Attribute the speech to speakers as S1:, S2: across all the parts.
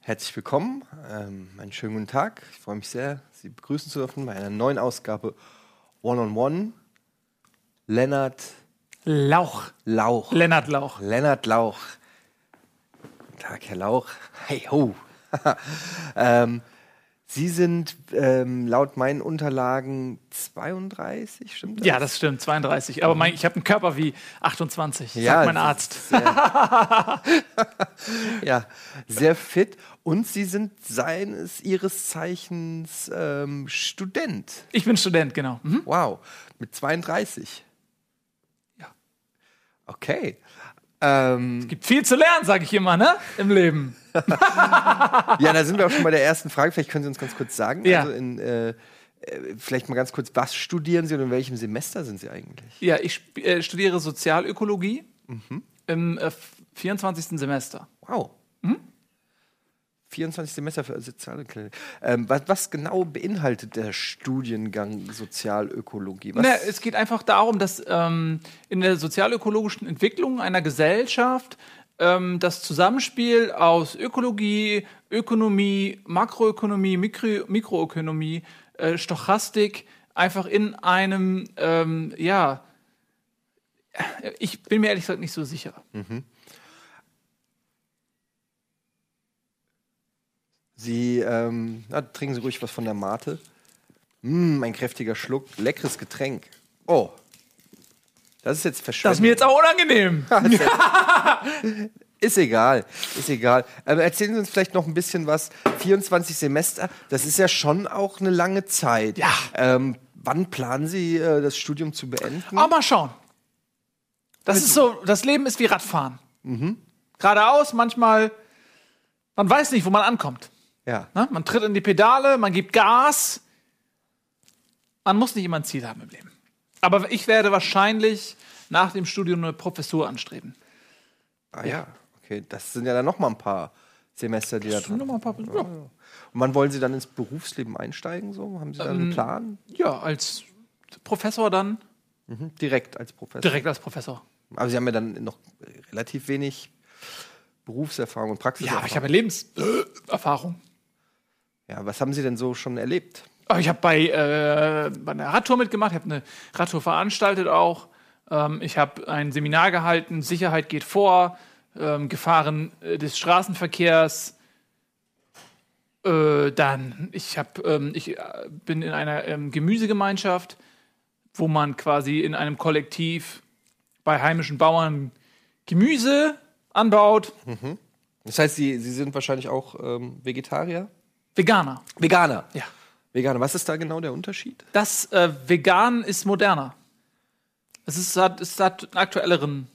S1: Herzlich willkommen, ähm, einen schönen guten Tag. Ich freue mich sehr, Sie begrüßen zu dürfen bei einer neuen Ausgabe One-on-One. Lennart
S2: Lauch.
S1: Lauch.
S2: Lennart Lauch.
S1: Lennart Lauch. Guten Tag, Herr Lauch. Hey ho. ähm, Sie sind ähm, laut meinen Unterlagen 32, stimmt das?
S2: Ja, das stimmt, 32. Aber mein, ich habe einen Körper wie 28,
S1: Ja,
S2: sagt mein
S1: das
S2: Arzt.
S1: Ja, sehr fit. Und Sie sind seines, Ihres Zeichens ähm, Student.
S2: Ich bin Student, genau. Mhm.
S1: Wow, mit 32.
S2: Ja.
S1: Okay. Ähm,
S2: Gibt viel zu lernen, sage ich immer, ne? Im Leben.
S1: ja, da sind wir auch schon bei der ersten Frage. Vielleicht können Sie uns ganz kurz sagen.
S2: Ja.
S1: Also in, äh, äh, vielleicht mal ganz kurz, was studieren Sie und in welchem Semester sind Sie eigentlich?
S2: Ja, ich sp- äh, studiere Sozialökologie im äh, 24. Semester.
S1: Wow.
S2: Mhm.
S1: 24 Semester für soziale Klinik. Ähm, was, was genau beinhaltet der Studiengang Sozialökologie? Was,
S2: Na, Ne, es geht einfach darum, dass ähm, in der sozialökologischen Entwicklung einer Gesellschaft ähm, das Zusammenspiel aus Ökologie, Ökonomie, Makroökonomie, Mikro Mikroökonomie, äh, Stochastik einfach in einem, ähm, ja, ich bin mir ehrlich gesagt nicht so sicher.
S1: Sie ähm, na, trinken Sie ruhig was von der Mate. Mm, ein kräftiger Schluck, leckeres Getränk. Oh, das ist jetzt
S2: Das
S1: verschwendet.
S2: ist mir jetzt auch unangenehm.
S1: Ist egal, ist egal. Aber erzählen Sie uns vielleicht noch ein bisschen was. 24 Semester, das ist ja schon auch eine lange Zeit.
S2: Ja.
S1: Ähm, wann planen Sie, äh, das Studium zu beenden?
S2: Aber mal schauen. Das ist so, das Leben ist wie Radfahren. Geradeaus, manchmal, man weiß nicht, wo man ankommt.
S1: Ja.
S2: Ne? Man tritt in die Pedale, man gibt Gas. Man muss nicht immer ein Ziel haben im Leben. Aber ich werde wahrscheinlich nach dem Studium eine Professur anstreben.
S1: Ah, ja. Okay, das sind ja dann noch mal ein paar Semester, die da dran sind.
S2: Nochmal, Papa. Ja.
S1: Und wann wollen Sie dann ins Berufsleben einsteigen? So? Haben Sie da
S2: Ähm,
S1: einen Plan?
S2: ja, als Professor dann
S1: Mhm. Direkt als Professor?
S2: direkt als Professor.
S1: Aber Sie haben ja dann noch äh, relativ wenig Berufserfahrung und
S2: Ja, aber
S1: Praxiserfahrung.
S2: ich habe Lebenserfahrung.
S1: ja, was haben Sie denn so schon erlebt?
S2: Aber Ah, ich habe bei, äh, bei einer Radtour mitgemacht, ich habe eine Radtour veranstaltet auch. Ähm, ich habe ein Seminar gehalten, Sicherheit geht vor, ähm, Gefahren äh, des Straßenverkehrs. Äh, dann, ich, hab, ähm, ich äh, bin in einer ähm, Gemüsegemeinschaft, wo man quasi in einem Kollektiv bei heimischen Bauern Gemüse anbaut.
S1: Das heißt, Sie, Sie sind wahrscheinlich auch ähm, Vegetarier?
S2: Veganer.
S1: Veganer.
S2: Ja.
S1: Veganer. Was ist da genau der Unterschied?
S2: Das äh, Vegan ist moderner. Es, ist, hat, es hat einen aktuelleren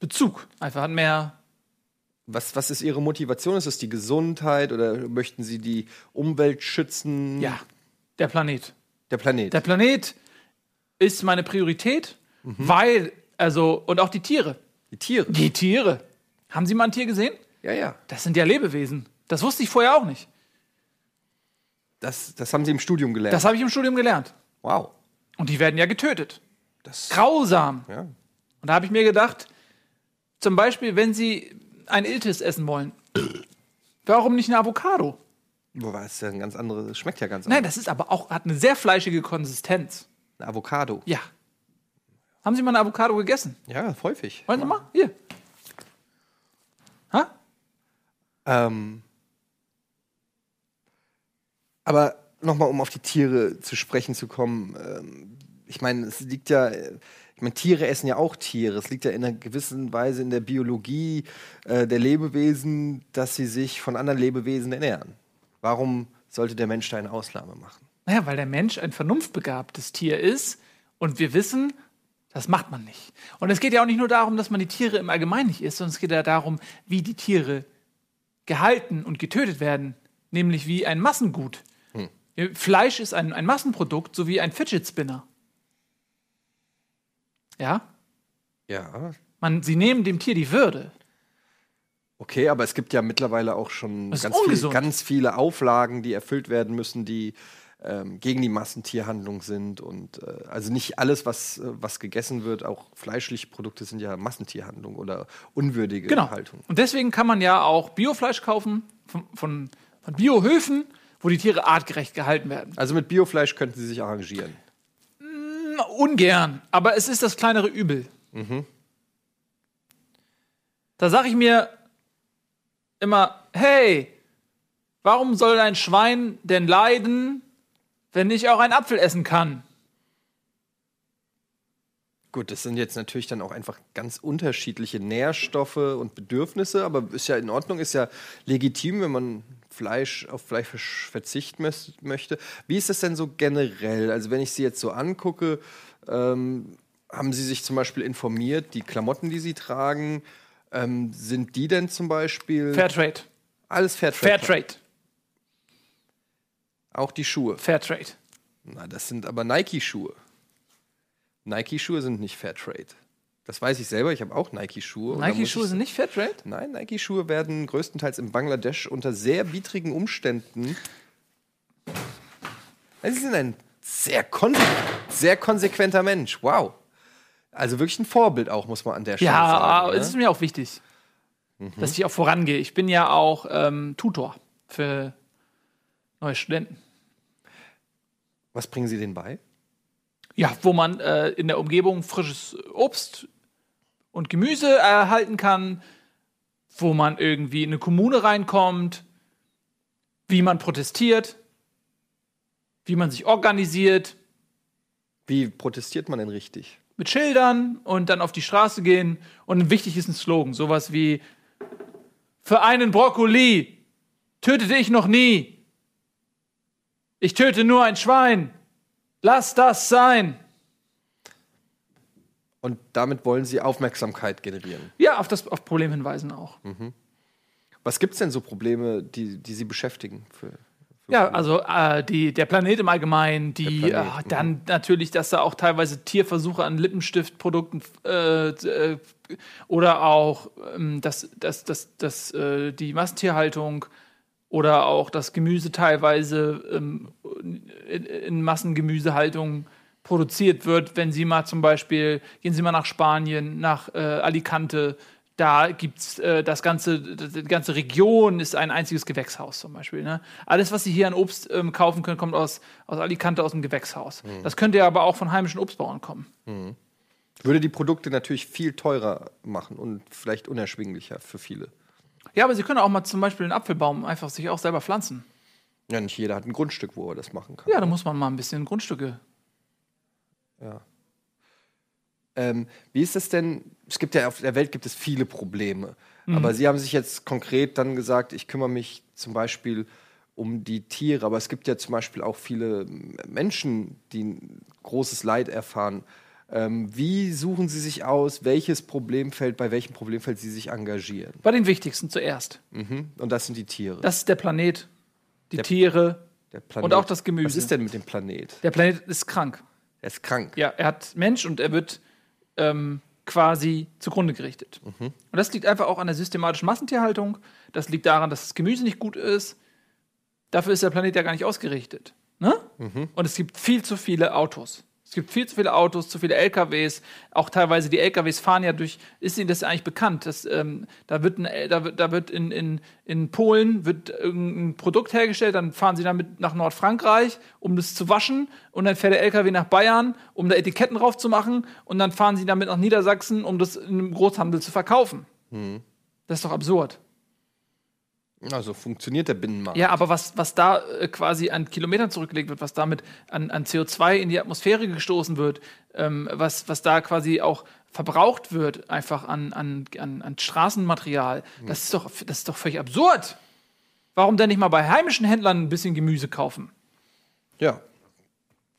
S2: Bezug. Einfach hat mehr.
S1: Was, was ist Ihre Motivation? Ist es die Gesundheit oder möchten Sie die Umwelt schützen?
S2: Ja, der Planet.
S1: Der Planet.
S2: Der Planet ist meine Priorität, weil, also, und auch die Tiere.
S1: die Tiere.
S2: Die Tiere. Haben Sie mal ein Tier gesehen?
S1: Ja, ja.
S2: Das sind ja Lebewesen. Das wusste ich vorher auch nicht.
S1: Das, das haben Sie im Studium gelernt.
S2: Das habe ich im Studium gelernt.
S1: wow.
S2: Und die werden ja getötet.
S1: Das-
S2: Grausam.
S1: Ja.
S2: Und da habe ich mir gedacht, zum Beispiel, wenn Sie ein Iltis essen wollen, warum nicht eine Avocado?
S1: Wobei es ja ein ganz anderes, es schmeckt ja ganz
S2: Nein,
S1: anders.
S2: das ist aber auch, hat eine sehr fleischige Konsistenz.
S1: Ein Avocado.
S2: Ja. Haben Sie mal eine Avocado gegessen?
S1: Ja, häufig.
S2: Wollen Sie mal? Hier. Ha?
S1: Ähm, aber nochmal, um auf die Tiere zu sprechen zu kommen. Ähm, ich meine, es liegt ja, äh, ich meine, Tiere essen ja auch Tiere. Es liegt ja in einer gewissen Weise in der Biologie äh, der Lebewesen, dass sie sich von anderen Lebewesen ernähren. Warum sollte der Mensch da eine Ausnahme machen?
S2: Naja, weil der Mensch ein vernunftbegabtes Tier ist und wir wissen, das macht man nicht. Und es geht ja auch nicht nur darum, dass man die Tiere im Allgemeinen nicht isst, sondern es geht ja darum, wie die Tiere gehalten und getötet werden, nämlich wie ein Massengut. Fleisch ist ein, ein Massenprodukt, so wie ein Fidget Spinner. Ja?
S1: Ja.
S2: Man, sie nehmen dem Tier die Würde.
S1: Okay, aber es gibt ja mittlerweile auch schon
S2: Das ist
S1: ganz, viel,
S2: ungesund.
S1: ganz viele Auflagen, die erfüllt werden müssen, die ähm, gegen die Massentierhandlung sind und äh, also nicht alles, was, äh, was gegessen wird, auch fleischliche Produkte sind ja Massentierhandlung oder unwürdige
S2: Genau.
S1: Haltung.
S2: Und deswegen kann man ja auch Biofleisch kaufen von, von, von Biohöfen, wo die Tiere artgerecht gehalten werden.
S1: Also mit Biofleisch könnten sie sich arrangieren.
S2: Ungern, aber es ist das kleinere Übel.
S1: Mhm.
S2: Da sage ich mir immer, hey, warum soll ein Schwein denn leiden, wenn ich auch einen Apfel essen kann?
S1: Gut, das sind jetzt natürlich dann auch einfach ganz unterschiedliche Nährstoffe und Bedürfnisse, aber ist ja in Ordnung, ist ja legitim, wenn man Fleisch auf Fleisch versch- verzichten mös- möchte. Wie ist das denn so generell? Also wenn ich Sie jetzt so angucke, ähm, haben Sie sich zum Beispiel informiert, die Klamotten, die Sie tragen, ähm, sind die denn zum Beispiel
S2: Fairtrade.
S1: alles Fairtrade?
S2: Fairtrade.
S1: Auch die Schuhe.
S2: Fairtrade.
S1: Na, das sind aber Nike-Schuhe. Nike-Schuhe sind nicht Fairtrade. Das weiß ich selber, ich habe auch Nike-Schuhe. und Oh, da muss
S2: Nike-Schuhe
S1: ich-
S2: sind nicht Fairtrade?
S1: Nein, Nike-Schuhe werden größtenteils in Bangladesch unter sehr widrigen Umständen. äh, Sie sind ein sehr, kon sehr konsequenter Mensch. Wow. Also wirklich ein Vorbild auch, muss man an der Stelle
S2: Ja, ah,
S1: sagen.
S2: es ist
S1: ne? Mhm.
S2: mir auch wichtig, dass ich auch vorangehe. Ich bin ja auch ähm, Tutor für neue Studenten.
S1: Was bringen Sie denen bei?
S2: Ja, wo man äh, in der Umgebung frisches Obst und Gemüse erhalten kann, wo man irgendwie in eine Kommune reinkommt, wie man protestiert, wie man sich organisiert,
S1: Wie protestiert man denn richtig?
S2: mit Schildern und dann auf die Straße gehen. Und wichtig ist ein Slogan, sowas wie Für einen Brokkoli tötete ich noch nie. Ich töte nur ein Schwein. Lass das sein.
S1: Und damit wollen Sie Aufmerksamkeit generieren.
S2: Ja, auf das auf Problem hinweisen auch.
S1: Was gibt es denn so Probleme, die, die Sie beschäftigen? Für, für
S2: Ja, also äh, die, der Planet im Allgemeinen, die
S1: Der Planet, mhm.
S2: äh, dann natürlich, dass da auch teilweise Tierversuche an Lippenstiftprodukten äh, äh, oder auch, ähm, dass, dass, dass, dass äh, die Massentierhaltung oder auch das Gemüse teilweise ähm, in, in Massengemüsehaltung produziert wird. Wenn Sie mal zum Beispiel, gehen Sie mal nach Spanien, nach äh, Alicante, da gibt's äh, das ganze, die ganze Region ist ein einziges Gewächshaus zum Beispiel. Ne? Alles, was Sie hier an Obst ähm, kaufen können, kommt aus, aus Alicante, aus dem Gewächshaus. Das könnte ja aber auch von heimischen Obstbauern kommen.
S1: Würde die Produkte natürlich viel teurer machen und vielleicht unerschwinglicher für viele.
S2: Ja, aber Sie können auch mal zum Beispiel einen Apfelbaum einfach sich auch selber pflanzen.
S1: Ja, nicht jeder hat ein Grundstück, wo er das machen kann.
S2: Ja, da muss man mal ein bisschen Grundstücke.
S1: Ähm, wie ist das denn? Es gibt ja auf der Welt gibt es viele Probleme,
S2: Mhm.
S1: aber Sie haben sich jetzt konkret dann gesagt, ich kümmere mich zum Beispiel um die Tiere, aber es gibt ja zum Beispiel auch viele m, Menschen, die ein großes Leid erfahren. Ähm, wie suchen Sie sich aus, welches Problemfeld, bei welchem Problemfeld Sie sich engagieren?
S2: Bei den wichtigsten zuerst.
S1: Mhm. Und das sind die Tiere.
S2: Das ist der Planet, die Tiere.
S1: der Planet.
S2: und auch das Gemüse.
S1: Was ist denn mit dem Planet?
S2: Der Planet ist krank.
S1: Er ist krank.
S2: Ja, er hat Mensch und er wird ähm, quasi zugrunde gerichtet. Und das liegt einfach auch an der systematischen Massentierhaltung. Das liegt daran, dass das Gemüse nicht gut ist. Dafür ist der Planet ja gar nicht ausgerichtet. Ne? Und es gibt viel zu viele Autos. Es gibt viel zu viele Autos, zu viele LKWs. Auch teilweise die LKWs fahren ja durch. Ist Ihnen das eigentlich bekannt? Dass, ähm, da wird, ein, L- da wird, da wird in, in, in Polen wird irgendein Produkt hergestellt, dann fahren sie damit nach Nordfrankreich, um das zu waschen. Und dann fährt der LKW nach Bayern, um da Etiketten drauf zu machen. Und dann fahren sie damit nach Niedersachsen, um das im Großhandel zu verkaufen. Das ist doch absurd.
S1: Also funktioniert der Binnenmarkt.
S2: Ja, aber was, was da äh, quasi an Kilometern zurückgelegt wird, was damit an, an CO2 in die Atmosphäre gestoßen wird, ähm, was, was da quasi auch verbraucht wird, einfach an, an, an, an Straßenmaterial, das, ist doch, das ist doch völlig absurd. Warum denn nicht mal bei heimischen Händlern ein bisschen Gemüse kaufen?
S1: ja.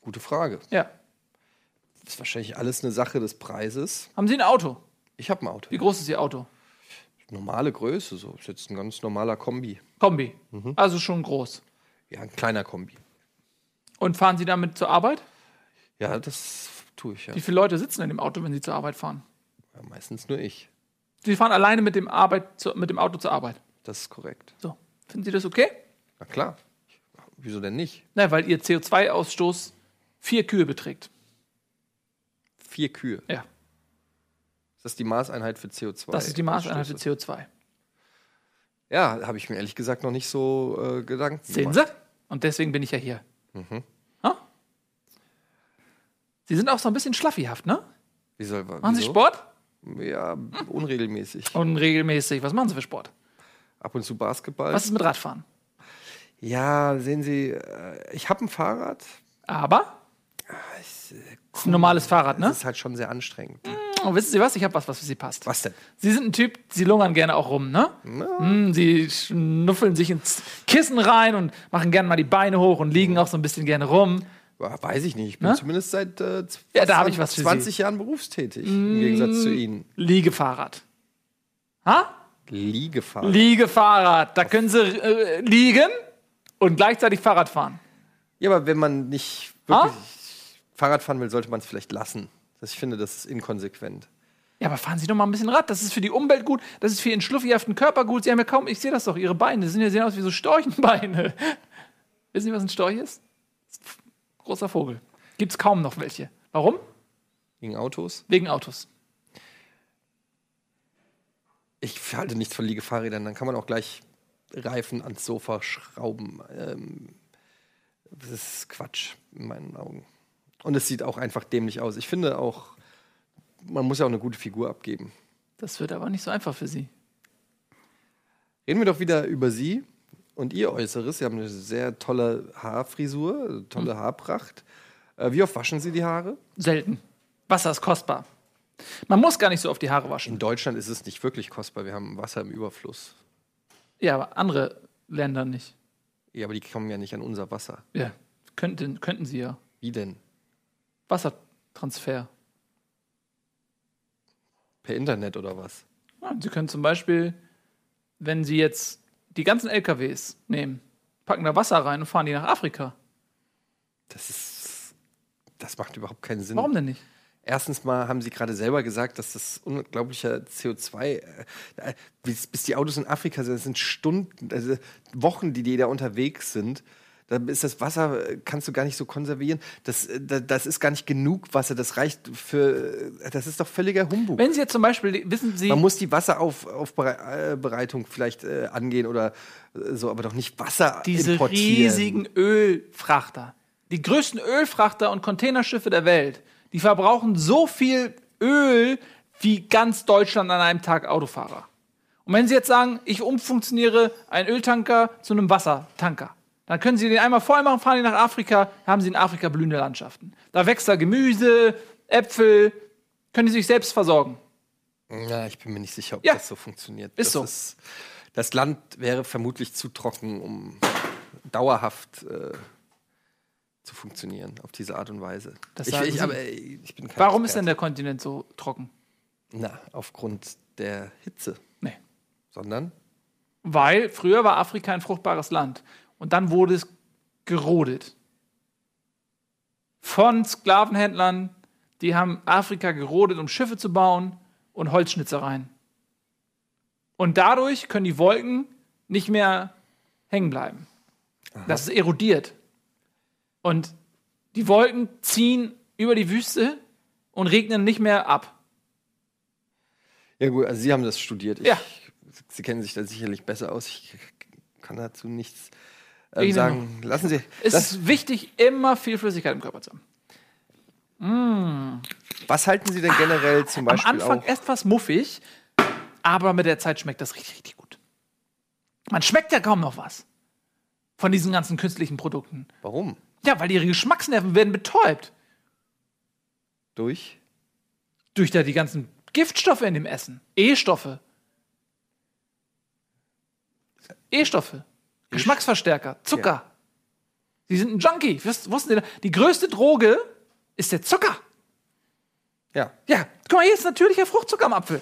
S1: Gute Frage.
S2: Ja.
S1: ist wahrscheinlich alles eine Sache des Preises.
S2: Haben Sie ein Auto?
S1: Ich habe ein Auto.
S2: Wie groß ist Ihr Auto?
S1: Normale Größe, so ist jetzt ein ganz normaler Kombi.
S2: Kombi. Also schon groß.
S1: Ja, ein kleiner Kombi.
S2: Und fahren Sie damit zur Arbeit?
S1: Ja, das tue ich ja.
S2: Wie viele Leute sitzen in dem Auto, wenn Sie zur Arbeit fahren?
S1: ja. Meistens nur ich.
S2: Sie fahren alleine mit dem, Arbeit zu, mit dem Auto zur Arbeit.
S1: Das ist korrekt.
S2: So. Finden Sie das okay?
S1: Na klar. Wieso denn nicht?
S2: Na, weil ihr CO2-Ausstoß vier Kühe beträgt.
S1: Vier Kühe.
S2: Ja,
S1: Ist das die Maßeinheit für CO2?
S2: das ist die Maßeinheit für CO2.
S1: Ja, habe ich mir ehrlich gesagt noch nicht so äh, Gedanken
S2: Sehen Sie? Und deswegen bin ich ja hier. Ha? Sie sind auch so ein bisschen schlaffihaft, ne?
S1: Wie soll,
S2: Machen Sie Sport? Oh.
S1: Ja, unregelmäßig.
S2: Unregelmäßig. Was machen Sie für Sport?
S1: Ab und zu Basketball.
S2: Was ist mit Radfahren?
S1: Ja, sehen Sie, äh, ich habe ein Fahrrad.
S2: Aber? Ist ein normales Fahrrad, ne?
S1: Das ist halt schon sehr anstrengend.
S2: Und wissen Sie was? Ich habe was, was für Sie passt.
S1: Was denn?
S2: Sie sind ein Typ, Sie lungern gerne auch rum, ne? Mm, sie schnuffeln sich ins Kissen rein und machen gerne mal die Beine hoch und liegen auch so ein bisschen gerne rum.
S1: Ja, Weiß ich nicht. Ich bin
S2: Na?
S1: zumindest seit äh, z-
S2: Ne? Ja, da
S1: fast
S2: hab ich was Mm. für Sie.
S1: 20 Jahren berufstätig. Im Gegensatz zu Ihnen.
S2: Liegefahrrad. Ha?
S1: Liegefahren.
S2: Liegefahrrad. Da können Sie äh, liegen und gleichzeitig Fahrrad fahren.
S1: ja, aber wenn man nicht wirklich
S2: Ah?
S1: Fahrrad fahren will, sollte man es vielleicht lassen. Das, ich finde, das ist inkonsequent.
S2: Ja, aber fahren Sie doch mal ein bisschen Rad. Das ist für die Umwelt gut. Das ist für Ihren schluffihaften Körper gut. Sie haben ja kaum, ich sehe das doch, Ihre Beine sind ja, sehen aus wie so Storchenbeine. Wissen Sie, was ein Storch ist? Großer Vogel. Gibt es kaum noch welche. Warum?
S1: Gegen Autos?
S2: Wegen Autos.
S1: Ich halte nichts von Liegefahrrädern. Dann kann man auch gleich Reifen ans Sofa schrauben. Ähm, das ist Quatsch in meinen Augen. Und es sieht auch einfach dämlich aus. Ich finde auch, man muss ja auch eine gute Figur abgeben.
S2: Das wird aber nicht so einfach für Sie.
S1: Reden wir doch wieder über Sie und Ihr Äußeres. Sie haben eine sehr tolle Haarfrisur, tolle Haarpracht. Äh, wie oft waschen Sie die Haare?
S2: Selten. Wasser ist kostbar. Man muss gar nicht so auf die Haare waschen.
S1: In Deutschland ist es nicht wirklich kostbar. Wir haben Wasser im Überfluss.
S2: Ja, aber andere Länder nicht.
S1: Ja, aber die kommen ja nicht an unser Wasser.
S2: Ja. Könnten, könnten Sie ja.
S1: Wie denn?
S2: Wassertransfer.
S1: Per Internet oder was?
S2: Ja, Sie können zum Beispiel, wenn Sie jetzt die ganzen LKWs nehmen, packen da Wasser rein und fahren die nach Afrika.
S1: Das ist. Das macht überhaupt keinen Sinn.
S2: Warum denn nicht?
S1: Erstens mal haben Sie gerade selber gesagt, dass das unglaublicher CO2, äh, bis, bis die Autos in Afrika sind, das sind Stunden, also Wochen, die die da unterwegs sind. Da ist das Wasser, äh, kannst du gar nicht so konservieren. Das, äh, da- das ist gar nicht genug Wasser. Das reicht für, äh, das ist doch völliger Humbug.
S2: Wenn Sie jetzt zum Beispiel, die- wissen Sie,
S1: Man muss die Wasseraufbereitung vielleicht äh, angehen oder äh, so, aber doch nicht Wasser
S2: diese
S1: importieren.
S2: riesigen Ölfrachter, die größten Ölfrachter und Containerschiffe der Welt, die verbrauchen so viel Öl wie ganz Deutschland an einem Tag Autofahrer. Und wenn Sie jetzt sagen, ich umfunktioniere einen Öltanker zu einem Wassertanker, dann können Sie den einmal voll machen, fahren ihn nach Afrika, haben Sie in Afrika blühende Landschaften. Da wächst da Gemüse, Äpfel, können die sich selbst versorgen.
S1: Ja, ich bin mir nicht sicher, ob
S2: Ja.
S1: das so funktioniert.
S2: Ist
S1: das
S2: so.
S1: das Land wäre vermutlich zu trocken, um dauerhaft äh, zu funktionieren auf diese Art und Weise.
S2: Das
S1: ich,
S2: sagen
S1: ich,
S2: Sie.
S1: aber äh, ich bin kein
S2: Warum ist denn
S1: Experte.
S2: der Kontinent so trocken?
S1: Na, aufgrund der Hitze,
S2: Nee.
S1: sondern
S2: Weil früher war Afrika ein fruchtbares Land. Und dann wurde es gerodet. Von Sklavenhändlern, die haben Afrika gerodet, um Schiffe zu bauen und Holzschnitzereien. Und dadurch können die Wolken nicht mehr hängen bleiben. Das ist erodiert. Und die Wolken ziehen über die Wüste und regnen nicht mehr ab.
S1: Ja, gut, also Sie haben das studiert. Ich,
S2: Ja.
S1: Sie kennen sich da sicherlich besser aus. Ich kann dazu nichts
S2: Ich
S1: ähm,
S2: nehme
S1: sagen. Lassen Sie.
S2: Es
S1: Das,
S2: ist wichtig, immer viel Flüssigkeit im Körper zu haben.
S1: was halten Sie denn generell zum Beispiel
S2: Ah, Am Anfang
S1: auch?
S2: etwas muffig, aber mit der Zeit schmeckt das richtig, richtig gut. Man schmeckt ja kaum noch was von diesen ganzen künstlichen Produkten.
S1: Warum?
S2: Ja, weil ihre Geschmacksnerven werden betäubt
S1: Durch?
S2: durch da die ganzen Giftstoffe in dem Essen. E-Stoffe. E-Stoffe. Geschmacksverstärker. Zucker. Sie sind ein Junkie. Wus- Wussten Sie, das? die größte Droge ist der Zucker.
S1: Ja.
S2: Ja, guck mal, hier ist natürlicher Fruchtzucker am Apfel.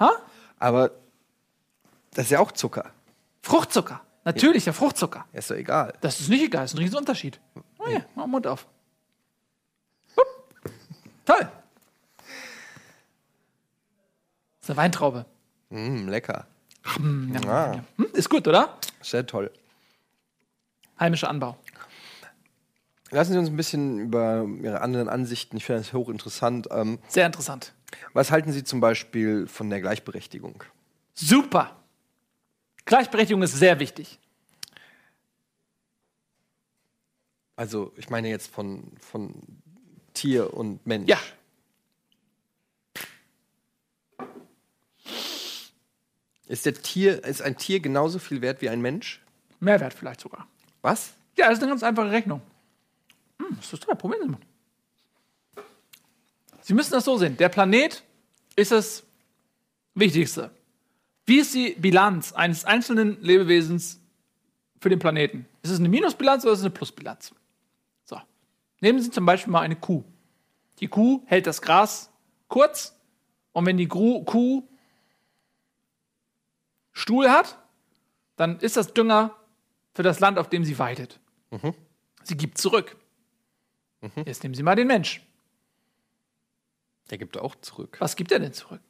S2: Ha?
S1: Aber das ist ja auch Zucker.
S2: Fruchtzucker. Natürlicher Fruchtzucker.
S1: Ja, Ist doch egal.
S2: Das ist nicht egal, das ist ein Riesenunterschied. Oh ja, mach den Mund auf. Hup. Toll. Das ist eine Weintraube.
S1: Mm, lecker.
S2: Hm, ist gut, oder?
S1: Sehr toll.
S2: Hat Heimischer Anbau.
S1: Lassen Sie uns ein bisschen über Ihre anderen Ansichten, ich finde das hochinteressant. Ähm,
S2: Sehr interessant.
S1: was halten Sie zum Beispiel von der Gleichberechtigung?
S2: Super. Gleichberechtigung ist sehr wichtig.
S1: Also, ich meine jetzt von, von Tier und Mensch.
S2: Ja.
S1: Ist, der Tier, ist ein Tier genauso viel wert wie ein Mensch?
S2: Mehrwert vielleicht sogar.
S1: Was?
S2: Ja, das ist eine ganz einfache Rechnung. Hm, das ist total probieren Sie mal. Sie müssen das so sehen. Der Planet ist das Wichtigste. Wie ist die Bilanz eines einzelnen Lebewesens für den Planeten? Ist es eine Minusbilanz oder ist es eine Plusbilanz? So. Nehmen Sie zum Beispiel mal eine Kuh. Die Kuh hält das Gras kurz und wenn die Gru Kuh Stuhl hat, dann ist das Dünger für das Land, auf dem sie weidet. Sie gibt zurück. Jetzt nehmen Sie mal den Mensch.
S1: Der gibt auch zurück.
S2: Was gibt er denn zurück?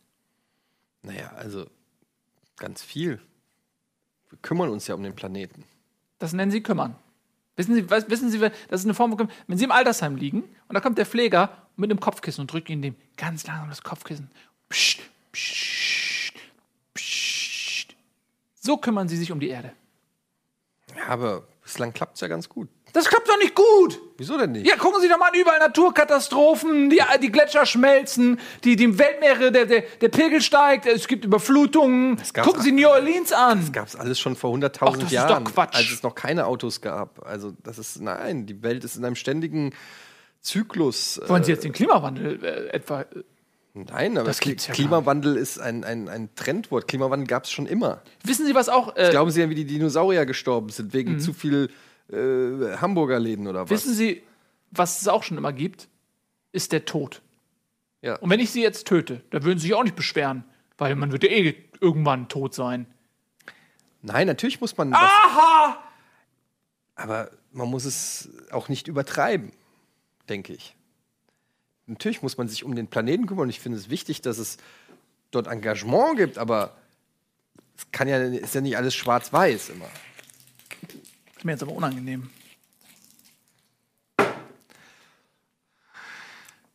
S1: Naja, also ganz viel. Wir kümmern uns ja um den Planeten.
S2: Das nennen Sie kümmern. Wissen Sie, was, wissen Sie, wer- das ist eine Form von kümmern. Wenn Sie im Altersheim liegen und da kommt der Pfleger mit einem Kopfkissen und drückt Ihnen dem ganz langsam das Kopfkissen. Psst, psst, psst. So kümmern Sie sich um die Erde.
S1: Ja, aber bislang klappt es ja ganz gut.
S2: Das klappt doch nicht gut!
S1: Wieso denn nicht?
S2: Ja, gucken Sie doch mal an, überall Naturkatastrophen, die, die Gletscher schmelzen, die, die Weltmeere, der, der, der Pegel steigt, es gibt Überflutungen.
S1: gab's
S2: Gucken Sie
S1: auch-
S2: New Orleans an.
S1: Gab es alles schon vor
S2: Ach,
S1: 100.000
S2: das ist doch
S1: Jahren,
S2: Quatsch.
S1: als es noch keine Autos gab. Also das ist, nein, die Welt ist in einem ständigen Zyklus. äh,
S2: Wollen Sie jetzt den Klimawandel äh, etwa? äh,
S1: Nein, aber
S2: Das
S1: Kli-
S2: gibt's ja gar
S1: Klimawandel ist ein, ein, ein Trendwort. Klimawandel gab es schon immer.
S2: Wissen Sie was auch? Äh, Mhm.
S1: Glauben Sie denn, wie die Dinosaurier gestorben sind, wegen zu viel äh, Hamburgerläden oder was?
S2: wissen Sie, was es auch schon immer gibt, ist der Tod.
S1: Ja.
S2: Und wenn ich Sie jetzt töte, dann würden Sie sich auch nicht beschweren, weil man wird ja eh irgendwann tot sein.
S1: Nein, natürlich muss man. Aha! Was, aber man muss es auch nicht übertreiben, denke ich. Natürlich muss man sich um den Planeten kümmern und ich finde es wichtig, dass es dort Engagement gibt, aber es kann ja, ist ja nicht alles schwarz-weiß immer.
S2: Ist mir jetzt aber unangenehm.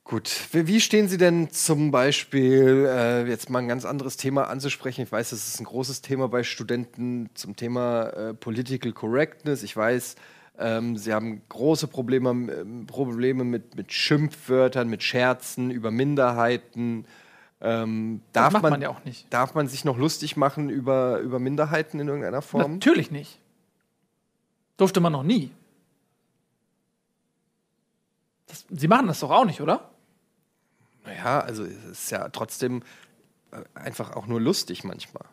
S1: Gut, wie wie stehen Sie denn zum Beispiel, äh, jetzt mal ein ganz anderes Thema anzusprechen? Ich weiß, das ist ein großes Thema bei Studenten zum Thema äh, Political Correctness. Ich weiß, ähm, Sie haben große Probleme, ähm, Probleme mit, mit Schimpfwörtern, mit Scherzen über Minderheiten. Ähm, darf
S2: macht man ja auch nicht.
S1: Darf man sich noch lustig machen über, über Minderheiten in irgendeiner Form?
S2: Natürlich nicht. Durfte man noch nie. Das, Sie machen das doch auch nicht, oder?
S1: Naja, also es ist ja trotzdem äh, einfach auch nur lustig manchmal.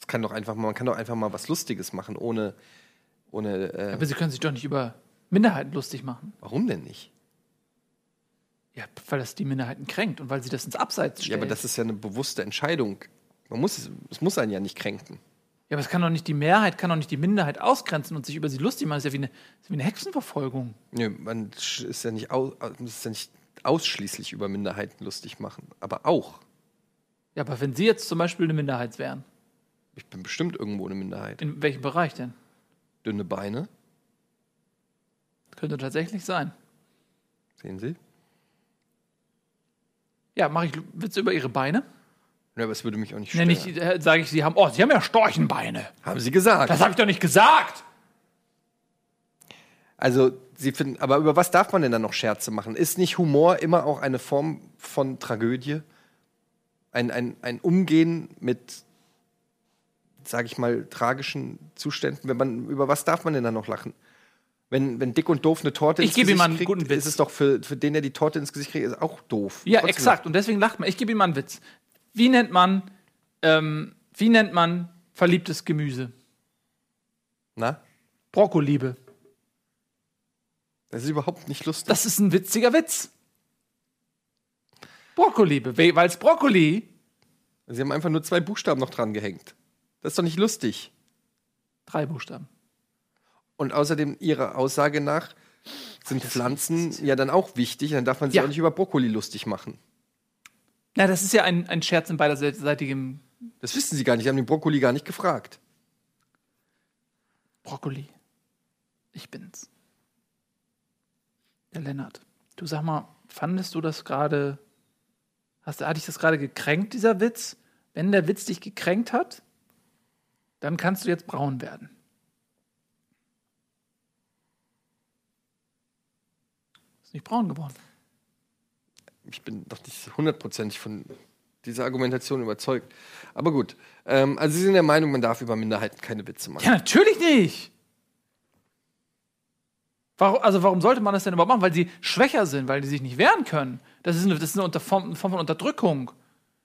S1: Es kann doch einfach mal, man kann doch einfach mal was Lustiges machen, ohne, ohne äh,
S2: Aber Sie können sich doch nicht über Minderheiten lustig machen.
S1: warum denn nicht?
S2: Ja, weil das die Minderheiten kränkt und weil sie das ins Abseits stellt.
S1: Ja, aber das ist ja eine bewusste Entscheidung. Man muss es, es muss einen ja nicht kränken.
S2: Ja, aber es kann doch nicht die Mehrheit, kann doch nicht die Minderheit ausgrenzen und sich über sie lustig machen. Das ist ja wie eine, das ist wie eine Hexenverfolgung.
S1: Nö, man sch- ist ja nicht, au, äh, muss es ja nicht ausschließlich über Minderheiten lustig machen, aber auch.
S2: Ja, aber wenn Sie jetzt zum Beispiel eine Minderheit wären,
S1: Ich bin bestimmt irgendwo eine Minderheit.
S2: in welchem Bereich denn?
S1: Dünne Beine,
S2: Könnte tatsächlich sein.
S1: sehen Sie?
S2: Ja, mache ich Witze über Ihre Beine?
S1: Ja, aber es würde mich auch nicht
S2: Nenne
S1: stören.
S2: ich, äh, sage ich, Sie haben, oh, Sie haben ja Storchenbeine.
S1: Haben Sie gesagt.
S2: Das habe ich doch nicht gesagt.
S1: Also, sie finden, aber über was darf man denn dann noch Scherze machen? Ist nicht Humor immer auch eine Form von Tragödie? Ein, ein, ein Umgehen mit, sag ich mal, tragischen Zuständen? Wenn man, über was darf man denn dann noch lachen? Wenn, wenn dick und doof eine Torte
S2: Ich gebe ihm mal einen
S1: kriegt,
S2: guten Witz.
S1: ist es doch für, für den, der die Torte ins Gesicht kriegt, ist auch doof.
S2: Ja,
S1: Trotzdem
S2: exakt. Und deswegen lacht man. Ich gebe Ihnen mal einen Witz. Wie nennt man, ähm, wie nennt man verliebtes Gemüse?
S1: lachen. Na?
S2: Brokkoliebe.
S1: Das ist überhaupt nicht lustig.
S2: Das ist ein witziger Witz. Brokkoliebe, We- weil es Brokkoli
S1: sie haben einfach nur zwei Buchstaben noch dran gehängt. Das ist doch nicht lustig.
S2: drei Buchstaben.
S1: Und außerdem ihrer Aussage nach sind Pflanzen ja dann auch wichtig. Dann darf man sich
S2: Ja.
S1: auch nicht über Brokkoli lustig machen.
S2: Na, das ist ja ein, ein Scherz in beiderseitigem
S1: Das wissen sie gar nicht. Sie haben den Brokkoli gar nicht gefragt.
S2: Brokkoli. Ich bin's. Der Lennart. Du sag mal, fandest du das gerade. Hast, hat dich das gerade gekränkt, dieser Witz? Wenn der Witz dich gekränkt hat, dann kannst du jetzt braun werden. Ist nicht braun geworden.
S1: Ich bin doch nicht hundertprozentig von dieser Argumentation überzeugt. Aber gut. Ähm, also Sie sind der Meinung, man darf über Minderheiten keine Witze machen.
S2: Ja, natürlich nicht. Warum, also warum sollte man das denn überhaupt machen? Weil sie schwächer sind, weil die sich nicht wehren können. Das ist eine, das ist eine unter, Form, eine Form von Unterdrückung.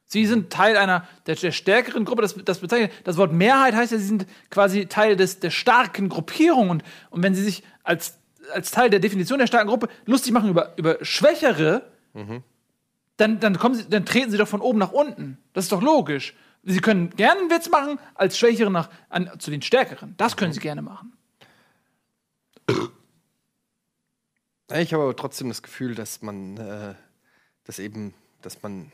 S2: Sie sind Teil einer der, der stärkeren Gruppe. Das, das bezeichnet das Wort Mehrheit heißt ja, sie sind quasi Teil des, der starken Gruppierung. Und, und wenn sie sich als, als Teil der Definition der starken Gruppe lustig machen über, über Schwächere, dann, dann, kommen sie, dann treten sie doch von oben nach unten. Das ist doch logisch. Sie können gerne einen Witz machen als Schwächere nach, an, zu den Stärkeren. Das können sie gerne machen.
S1: Ich habe aber trotzdem das Gefühl, dass man, äh, dass eben, dass man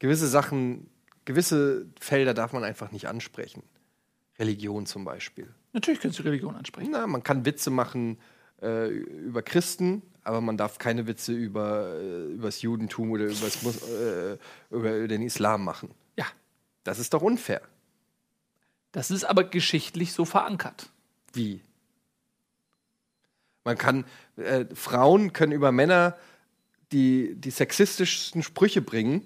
S1: gewisse Sachen, gewisse Felder darf man einfach nicht ansprechen. Religion zum Beispiel.
S2: Natürlich können sie Religion ansprechen.
S1: Na, man kann Witze machen äh, über Christen, aber man darf keine Witze über äh, übers Judentum oder übers Mus äh, über den Islam machen.
S2: Ja,
S1: Das ist doch unfair.
S2: das ist aber geschichtlich so verankert.
S1: Wie? Man kann äh, Frauen können über Männer die, die sexistischsten Sprüche bringen.